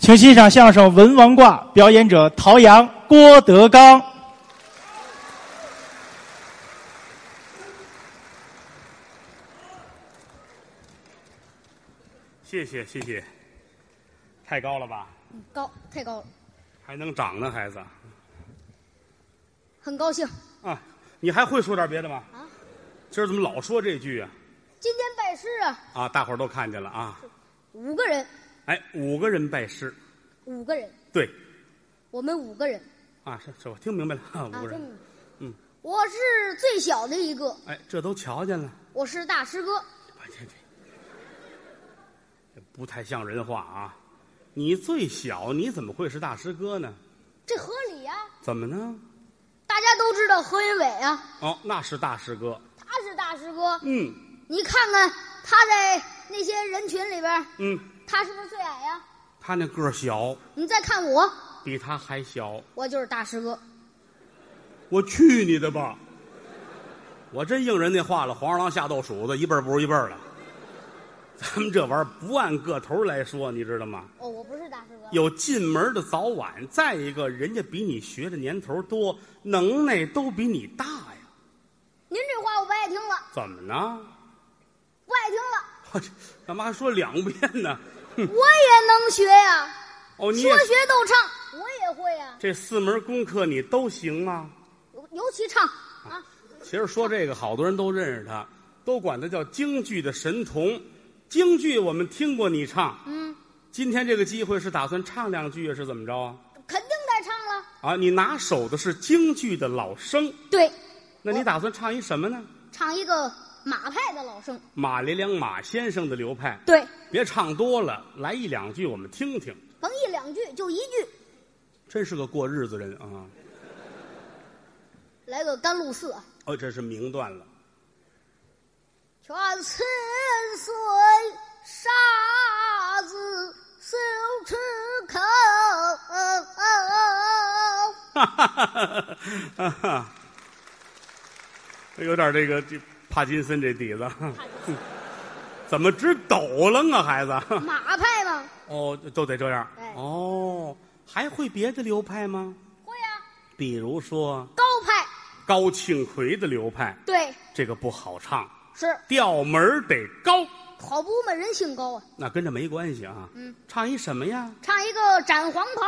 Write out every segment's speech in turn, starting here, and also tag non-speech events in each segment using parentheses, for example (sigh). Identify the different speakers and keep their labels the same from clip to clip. Speaker 1: 请欣赏相声《文王卦》，表演者陶阳、郭德纲。
Speaker 2: 谢谢谢谢，太高了吧？
Speaker 3: 高，太高了，
Speaker 2: 还能长呢，孩子
Speaker 3: 很高兴。
Speaker 2: 啊！你还会说点别的吗？
Speaker 3: 啊，
Speaker 2: 今儿怎么老说这句啊？
Speaker 3: 今天拜师啊，
Speaker 2: 啊，大伙儿都看见了啊！
Speaker 3: 五个人，
Speaker 2: 哎，五个人拜师，
Speaker 3: 五个人，
Speaker 2: 对，
Speaker 3: 我们五个人
Speaker 2: 啊，是是，我听明白了，啊、
Speaker 3: 啊，
Speaker 2: 五个人，
Speaker 3: 真
Speaker 2: 嗯，
Speaker 3: 我是最小的一个，
Speaker 2: 哎，这都瞧见了，
Speaker 3: 我是大师哥，
Speaker 2: 哎这这这不太像人话啊！你最小，你怎么会是大师哥呢？
Speaker 3: 这合理呀、
Speaker 2: 怎么呢？
Speaker 3: 大家都知道何云伟啊，
Speaker 2: 哦，那是大师哥，
Speaker 3: 他是大师哥，
Speaker 2: 嗯
Speaker 3: 你看看他在那些人群里边，
Speaker 2: 嗯，
Speaker 3: 他是不是最矮呀、
Speaker 2: 他那个儿小，
Speaker 3: 你再看我，
Speaker 2: 比他还小。
Speaker 3: 我就是大师哥，
Speaker 2: 我去你的吧！我真应人那话了，黄鼠狼下豆鼠子，一辈儿不如一辈儿了。咱们这玩意儿不按个头来说，你知道吗？
Speaker 3: 哦，我不是大师哥，
Speaker 2: 有进门的早晚，再一个人家比你学的年头多，能耐都比你大呀。
Speaker 3: 您这话我不爱听了，
Speaker 2: 怎么呢？ (laughs)
Speaker 3: 不爱听了，
Speaker 2: 我这干嘛还说两遍呢？哼
Speaker 3: 我也能学呀、
Speaker 2: 哦，你也
Speaker 3: 说学逗唱我也会呀、
Speaker 2: 这四门功课你都行吗？
Speaker 3: 尤尤其唱啊，
Speaker 2: 其实说这个，好多人都认识他，都管他叫京剧的神童。京剧我们听过你唱，
Speaker 3: 嗯，
Speaker 2: 今天这个机会是打算唱两句啊，是怎么着啊？
Speaker 3: 肯定得唱了。
Speaker 2: 啊，你拿手的是京剧的老生，
Speaker 3: 对，
Speaker 2: 那你打算唱一什么呢？
Speaker 3: 唱一个马派的老生。
Speaker 2: 马连良马先生的流派，
Speaker 3: 对，
Speaker 2: 别唱多了，来一两句我们听听。
Speaker 3: 甭一两句，就一句，
Speaker 2: 真是个过日子人啊！
Speaker 3: 来个甘露寺啊。
Speaker 2: 哦，这是名段了。
Speaker 3: 全千岁杀子手持口，
Speaker 2: 哈哈哈哈哈！ (laughs) 有点这个这帕金森这底子， (laughs) 怎么直抖楞啊，孩子？ (laughs)
Speaker 3: 马派嘛，
Speaker 2: 哦，都得这样
Speaker 3: 哎。
Speaker 2: 哦，还会别的流派吗？
Speaker 3: 会呀、
Speaker 2: 比如说
Speaker 3: 高派
Speaker 2: 高庆奎的流派，
Speaker 3: 对
Speaker 2: 这个不好唱，
Speaker 3: 是
Speaker 2: 调门儿得高，
Speaker 3: 跑步嘛，人性高啊。
Speaker 2: 那跟这没关系啊。
Speaker 3: 嗯，
Speaker 2: 唱一什么呀？
Speaker 3: 唱一个斩黄袍，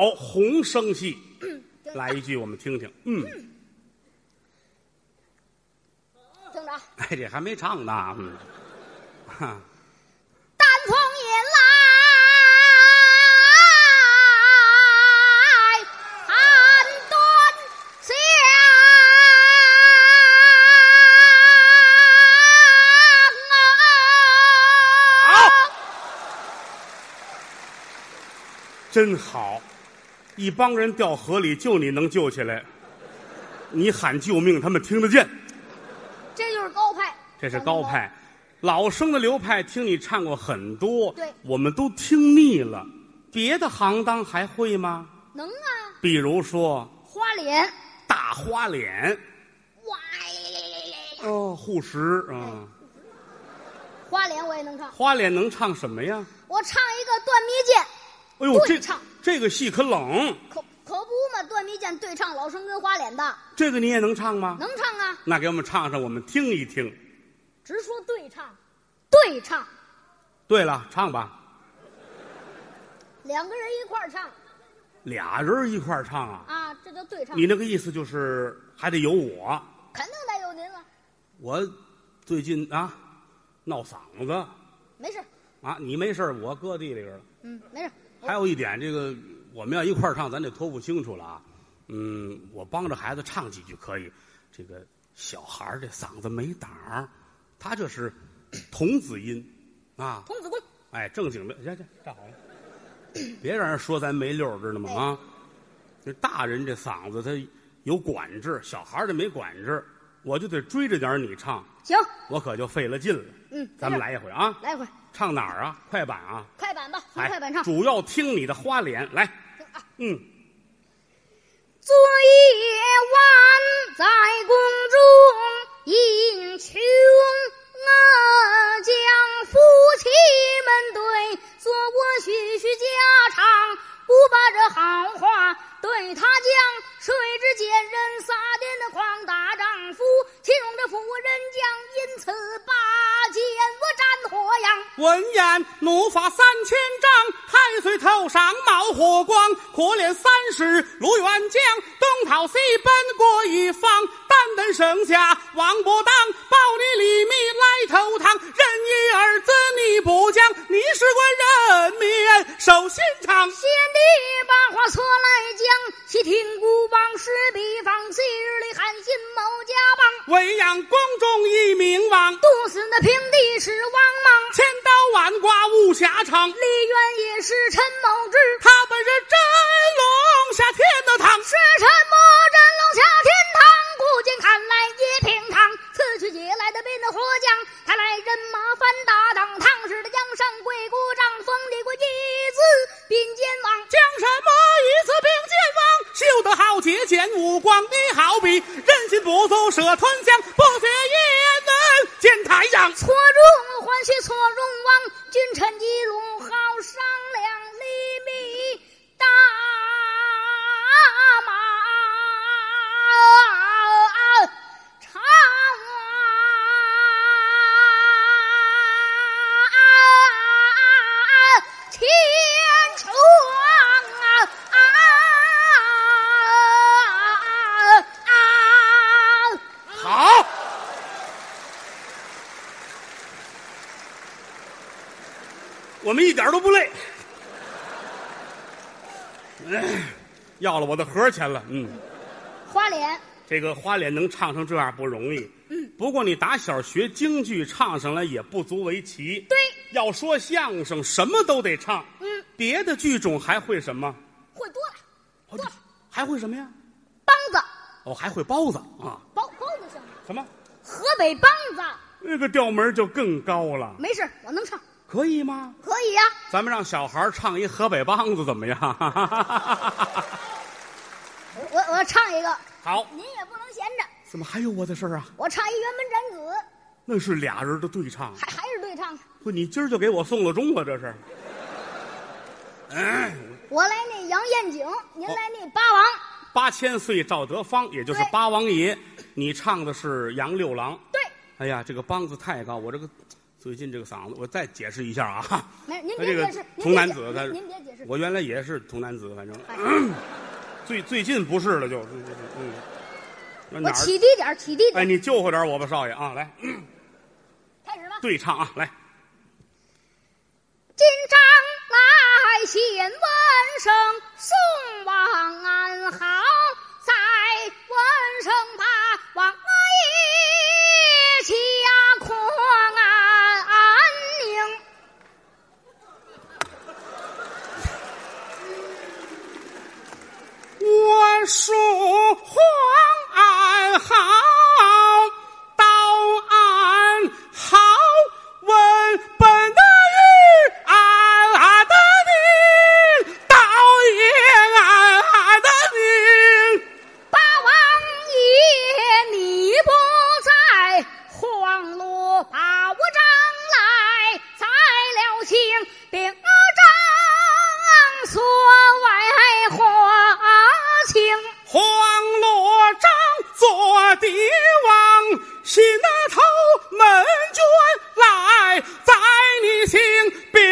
Speaker 2: 哦，红生戏，
Speaker 3: 听
Speaker 2: 来一句我们听听。嗯，
Speaker 3: 听着啊。
Speaker 2: 哎，这还没唱呢。嗯，哈。
Speaker 3: 丹凤引来，寒冬下。
Speaker 2: 真好，一帮人掉河里，就你能救起来。你喊救命，他们听得见。
Speaker 3: 这就是高派，
Speaker 2: 这是高派，老生的流派，听你唱过很多，
Speaker 3: 对
Speaker 2: 我们都听腻了。别的行当还会吗？
Speaker 3: 能啊，
Speaker 2: 比如说
Speaker 3: 花脸，
Speaker 2: 大花脸，
Speaker 3: 哇，
Speaker 2: 哦，护食，嗯，
Speaker 3: 哎花脸我也能唱，
Speaker 2: 花脸能唱什么呀？
Speaker 3: 我唱一个断迷剑，
Speaker 2: 哎呦，
Speaker 3: 对
Speaker 2: 这
Speaker 3: 唱
Speaker 2: 这个戏可冷，
Speaker 3: 可可不嘛，断迷剑对唱老生跟花脸的，
Speaker 2: 这个你也能唱吗？
Speaker 3: 能唱啊，
Speaker 2: 那给我们唱唱，我们听一听。
Speaker 3: 直说对唱，对唱。
Speaker 2: 对了，唱吧，
Speaker 3: 两个人一块儿唱
Speaker 2: 俩人一块儿唱啊。
Speaker 3: 啊，这叫对唱，
Speaker 2: 你那个意思就是还得有我，
Speaker 3: 肯定得有您了。
Speaker 2: 我最近啊闹嗓子
Speaker 3: 没事，
Speaker 2: 啊，你没事儿我搁地里边了。
Speaker 3: 嗯，没事，
Speaker 2: 还有一点，这个我们要一块儿唱，咱得托付清楚了啊。嗯，我帮着孩子唱几句可以，这个小孩儿这嗓子没档儿，他这是童子音啊，
Speaker 3: 童子功，
Speaker 2: 哎，正经的，这这站
Speaker 3: (clears throat)
Speaker 2: 好了，别让人说咱没溜儿，知
Speaker 3: 哎
Speaker 2: 道吗？啊，这大人这嗓子他有管制，小孩儿这没管制，我就得追着点儿你唱，
Speaker 3: 行，
Speaker 2: 我可就费了劲了。
Speaker 3: 嗯，
Speaker 2: 咱们来一回啊，
Speaker 3: 来一回
Speaker 2: 唱哪儿啊？快板啊？
Speaker 3: 快板吧，从
Speaker 2: 哎，
Speaker 3: 快板唱。
Speaker 2: 主要听你的花脸来，
Speaker 3: 行啊
Speaker 2: 嗯，
Speaker 3: 昨夜晚在宫中饮穷，我将夫妻们对坐我叙叙家常。
Speaker 2: 闻言，怒发三千丈，太岁头上冒火光，火炼三十卢元将，东讨西奔过一方，单等剩下王伯当，抱你李密来投堂，任意二字你不讲，你是官人民守心肠。
Speaker 3: 先帝把话说来讲，西听孤邦是彼方，昔日里汉信某家邦，
Speaker 2: 为养光中一名王，
Speaker 3: 毒死那平地是王莽，
Speaker 2: 千刀万剐无暇场。
Speaker 3: 李渊也是陈某之，
Speaker 2: 他本是真龙下天的堂，
Speaker 3: 是陈某人龙下天堂，古今看来也平常。此去也来的变的活将，他来人马翻打挡，唐氏的江山贵国丈，封立过一字并肩王。
Speaker 2: 将什么一次并肩王，修得好节俭无光，你好比人心不足蛇吞象，不学也能见台上。
Speaker 3: 错中还须错中王，君臣一路好商量，利弊大马长千床啊啊啊！
Speaker 2: 好，我们一点都不累。哎要了我的盒钱了，嗯，
Speaker 3: 花脸，
Speaker 2: 这个花脸能唱成这样不容易，嗯，不过你打小学京剧唱上来也不足为奇，
Speaker 3: 对，
Speaker 2: 要说相声什么都得唱，
Speaker 3: 嗯，
Speaker 2: 别的剧种还会什么？
Speaker 3: 会多了，
Speaker 2: 哦还会什么呀？
Speaker 3: 梆子，
Speaker 2: 哦，还会包子啊？
Speaker 3: 包包子什么？
Speaker 2: 什么？
Speaker 3: 河北梆子，
Speaker 2: 那个调门儿就更高了，
Speaker 3: 没事，我能唱，
Speaker 2: 可以吗？
Speaker 3: 可以呀、
Speaker 2: 咱们让小孩儿唱一河北梆子怎么样？ (laughs)
Speaker 3: 我我我唱一个，
Speaker 2: 好，
Speaker 3: 您也不能闲着，
Speaker 2: 怎么还有我的事儿啊？
Speaker 3: 我唱一《辕门斩子
Speaker 2: 那是俩人的对唱》，，
Speaker 3: 还还是对唱。
Speaker 2: 不，你今儿就给我送了钟了，这是。
Speaker 3: 我来那杨艳景，
Speaker 2: 哦
Speaker 3: 您来那八王，
Speaker 2: 八千岁赵德芳，也就是
Speaker 3: 对
Speaker 2: 八王爷，你唱的是杨六郎。
Speaker 3: 对，
Speaker 2: 哎呀，这个梆子太高，我这个最近这个嗓子，我再解释一下啊。
Speaker 3: 没您
Speaker 2: 他
Speaker 3: 别
Speaker 2: 这
Speaker 3: 解
Speaker 2: 个
Speaker 3: 释，您
Speaker 2: 童
Speaker 3: 别
Speaker 2: 男
Speaker 3: 解
Speaker 2: 子，他
Speaker 3: 您您别
Speaker 2: (coughs)
Speaker 3: 解释，
Speaker 2: 我原来也是童男子，反正
Speaker 3: 哎
Speaker 2: 最最近不是了，就嗯嗯，那哪
Speaker 3: 我
Speaker 2: 儿？
Speaker 3: 起低点儿起低点
Speaker 2: 哎，
Speaker 3: 儿，
Speaker 2: 你救活点我吧，少爷啊！来，嗯
Speaker 3: 开始吧。
Speaker 2: 对唱啊，来，
Speaker 3: 今章来显闻声送王安好，再闻声把王爷家狂安宁。
Speaker 2: 我说黄安好，道安好，问本的玉安的你，道也安的你。
Speaker 3: 八王爷，你不在，黄罗把我张来宰了清，并张所谓花情。
Speaker 2: 黄罗帐做帝王，新那头门卷来宰你刑并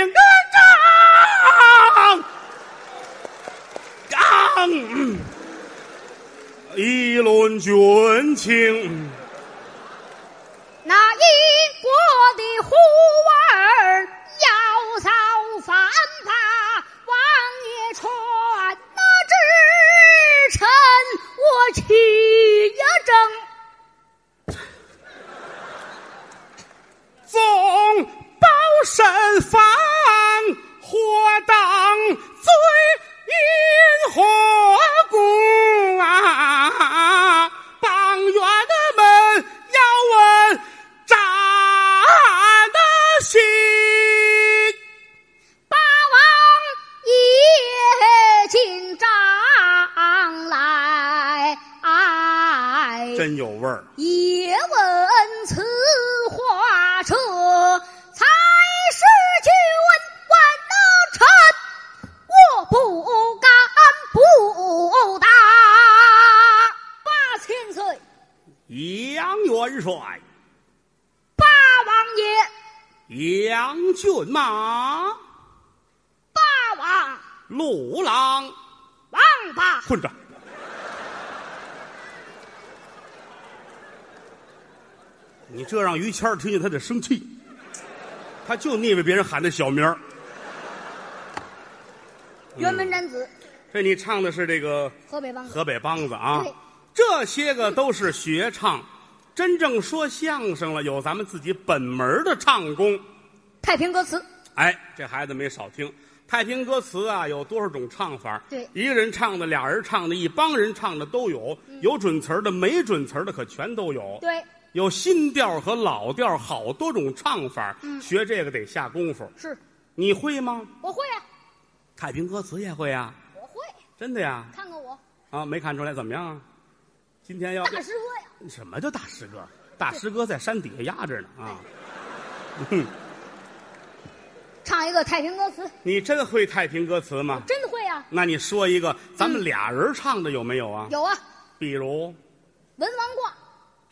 Speaker 2: 杖。啊嗯一论军情，
Speaker 3: 那一国的胡儿要造反吧，王爷传那之臣，我去一争。
Speaker 2: 纵包身犯，或当罪因何故啊？榜员的们要问斩的心。
Speaker 3: 八王爷进帐来，哎
Speaker 2: 真有味儿，
Speaker 3: 也闻此话者，才是去问万能臣，我不敢不答。八千岁，
Speaker 2: 杨元帅，
Speaker 3: 八王爷，
Speaker 2: 杨骏马，
Speaker 3: 霸王
Speaker 2: 陆郎
Speaker 3: 王八
Speaker 2: 混账。你这让于谦儿听见，他得生气。他就腻歪别人喊他小名儿。
Speaker 3: 辕门斩子，
Speaker 2: 这你唱的是这个
Speaker 3: 河北梆子，
Speaker 2: 河北梆子啊
Speaker 3: 对，
Speaker 2: 这些个都是学唱，真正说相声了，有咱们自己本门的唱功。
Speaker 3: 太平歌词，
Speaker 2: 哎，这孩子没少听。太平歌词啊，有多少种唱法？
Speaker 3: 对
Speaker 2: 一个人唱的，俩人唱的，一帮人唱的都有。
Speaker 3: 嗯
Speaker 2: 有准词儿的，没准词儿的，可全都有。
Speaker 3: 对，
Speaker 2: 有新调和老调，好多种唱法。
Speaker 3: 嗯
Speaker 2: 学这个得下功夫。
Speaker 3: 是，
Speaker 2: 你会吗？
Speaker 3: 我会啊，
Speaker 2: 太平歌词也会啊，
Speaker 3: 我会，
Speaker 2: 真的呀？
Speaker 3: 看看我，
Speaker 2: 啊，没看出来怎么样啊？今天要
Speaker 3: (laughs) 大师哥呀，
Speaker 2: 什么叫大师哥？大师哥在山底下压着呢啊！
Speaker 3: 唱一个太平歌词，
Speaker 2: 你真会太平歌词吗？
Speaker 3: 真的会啊，
Speaker 2: 那你说一个，咱们俩人唱的有没有啊？
Speaker 3: 有啊，
Speaker 2: 比如
Speaker 3: 文王卦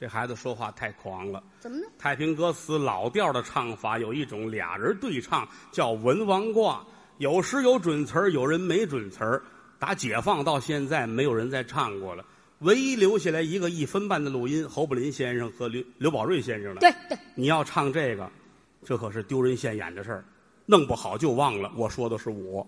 Speaker 2: 这孩子说话太狂了，
Speaker 3: 怎么呢？
Speaker 2: 太平歌词老调的唱法有一种俩人对唱叫文王卦，有时有准词儿，有人没准词儿。打解放到现在，没有人再唱过了。唯一留下来一个一分半的录音，侯宝林先生和刘刘宝瑞先生的。
Speaker 3: 对对，
Speaker 2: 你要唱这个，这可是丢人现眼的事儿，弄不好就忘了。我说的是我，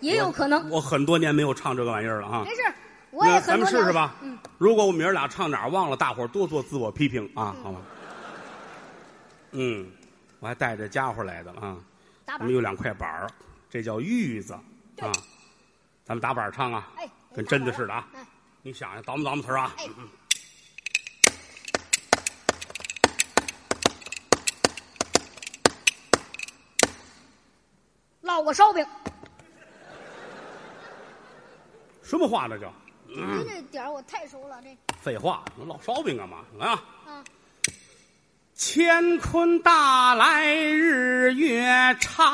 Speaker 3: 也有可能，
Speaker 2: 我很多年没有唱这个玩意儿了啊
Speaker 3: 没。事儿，我也
Speaker 2: 那
Speaker 3: 很
Speaker 2: 咱
Speaker 3: 多
Speaker 2: 们试
Speaker 3: 年
Speaker 2: 试
Speaker 3: 了
Speaker 2: 吧。
Speaker 3: 嗯，
Speaker 2: 如果我们爷儿俩唱哪儿忘了，大伙儿多做自我批评啊，好吗？嗯，我还带着家伙来的啊，
Speaker 3: 打
Speaker 2: 我
Speaker 3: 板
Speaker 2: 们，有两块板儿，这叫玉子
Speaker 3: 对
Speaker 2: 啊。咱们打板儿唱啊，
Speaker 3: 哎，
Speaker 2: 跟真的似的啊
Speaker 3: 哎。
Speaker 2: 你想想，倒磨倒磨词儿啊。
Speaker 3: 哎烙个烧饼，
Speaker 2: 什么话这叫？嗯
Speaker 3: 您这哎点儿我太熟了，这
Speaker 2: 废话，能烙烧饼干嘛？来啊！
Speaker 3: 啊，
Speaker 2: 乾坤大来日月长，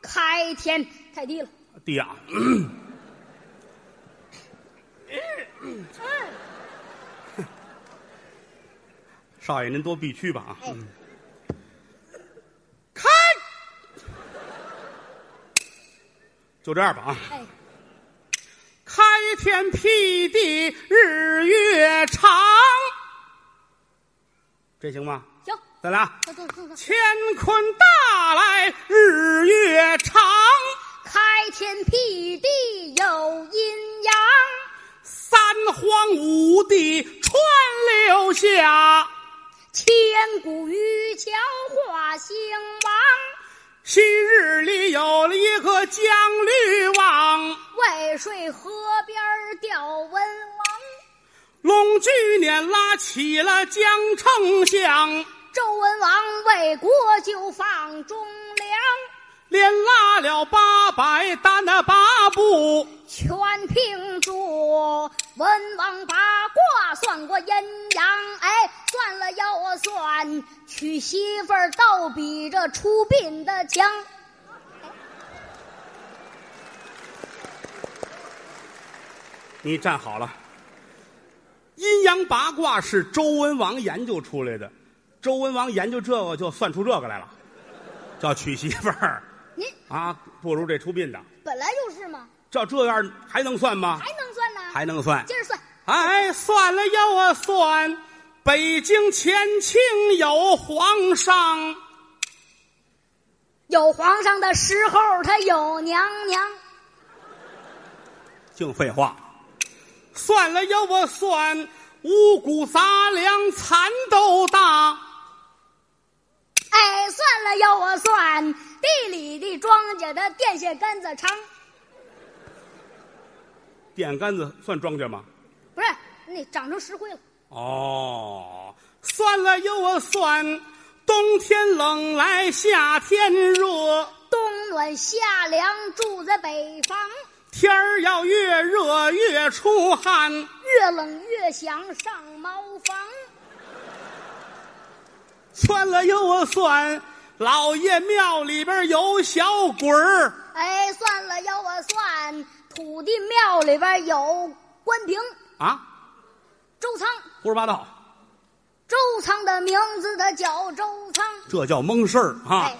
Speaker 3: 开天太低了，
Speaker 2: 弟啊呀、少爷您多避屈吧啊！
Speaker 3: 哎，
Speaker 2: 开，就这样吧啊！
Speaker 3: 哎，
Speaker 2: 开天辟地日月长，这行吗？
Speaker 3: 行，
Speaker 2: 咱俩
Speaker 3: 坐坐坐坐，
Speaker 2: 乾坤大来日月长。
Speaker 3: 开天辟地有阴阳，
Speaker 2: 三皇五帝川流下，
Speaker 3: 千古渔樵话兴亡，
Speaker 2: 昔日里有了一个将律王，
Speaker 3: 渭水河边儿钓文王，
Speaker 2: 龙驹撵拉起了江丞相，
Speaker 3: 周文王为国就放忠良，
Speaker 2: 连拉了八百单的八步，
Speaker 3: 全凭着文王八卦算过阴阳，哎，算了又算，娶媳妇儿倒比这出殡的强。
Speaker 2: 你站好了。阴阳八卦是周文王研究出来的，周文王研究这个就算出这个来了，叫娶媳妇儿
Speaker 3: 您
Speaker 2: 啊，不如这出殡的。
Speaker 3: 本来就是嘛，
Speaker 2: 照这样还能算吗？
Speaker 3: 还能算呢？
Speaker 2: 还能算。
Speaker 3: 接着算，
Speaker 2: 哎，算了又啊算，北京乾清有皇上，
Speaker 3: 有皇上的时候，他有娘娘。
Speaker 2: 净废话。算了又啊算，五谷杂粮蚕豆大，
Speaker 3: 哎，算了要我算，地里的庄稼的电线杆子长，
Speaker 2: 电杆子算庄稼吗？
Speaker 3: 不是那长成石灰了。
Speaker 2: 哦，算了又啊算，冬天冷来夏天热，
Speaker 3: 冬暖夏凉，住在北方，
Speaker 2: 天儿要越热越出汗。
Speaker 3: 越冷越想上茅房。
Speaker 2: 算了又啊算，老爷庙里边有小鬼儿，
Speaker 3: 哎，算了要我算，土地庙里边有关平、
Speaker 2: 啊，
Speaker 3: 周仓、
Speaker 2: 胡说八道！
Speaker 3: 周仓的名字它叫周仓，
Speaker 4: 这叫蒙事儿啊
Speaker 3: 哎！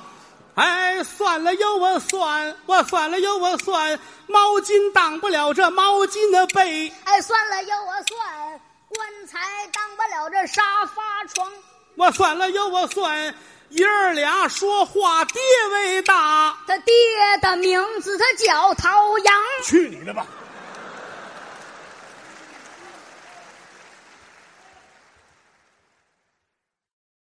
Speaker 4: 哎，算了又我算，我算了又我算，毛巾挡不了这毛巾的背。
Speaker 3: 哎，算了又我算，棺材当不了这沙发床，
Speaker 4: 我算了又我算，爷儿俩说话地位大。
Speaker 3: 他爹的名字他叫陶阳。
Speaker 4: 去你的吧！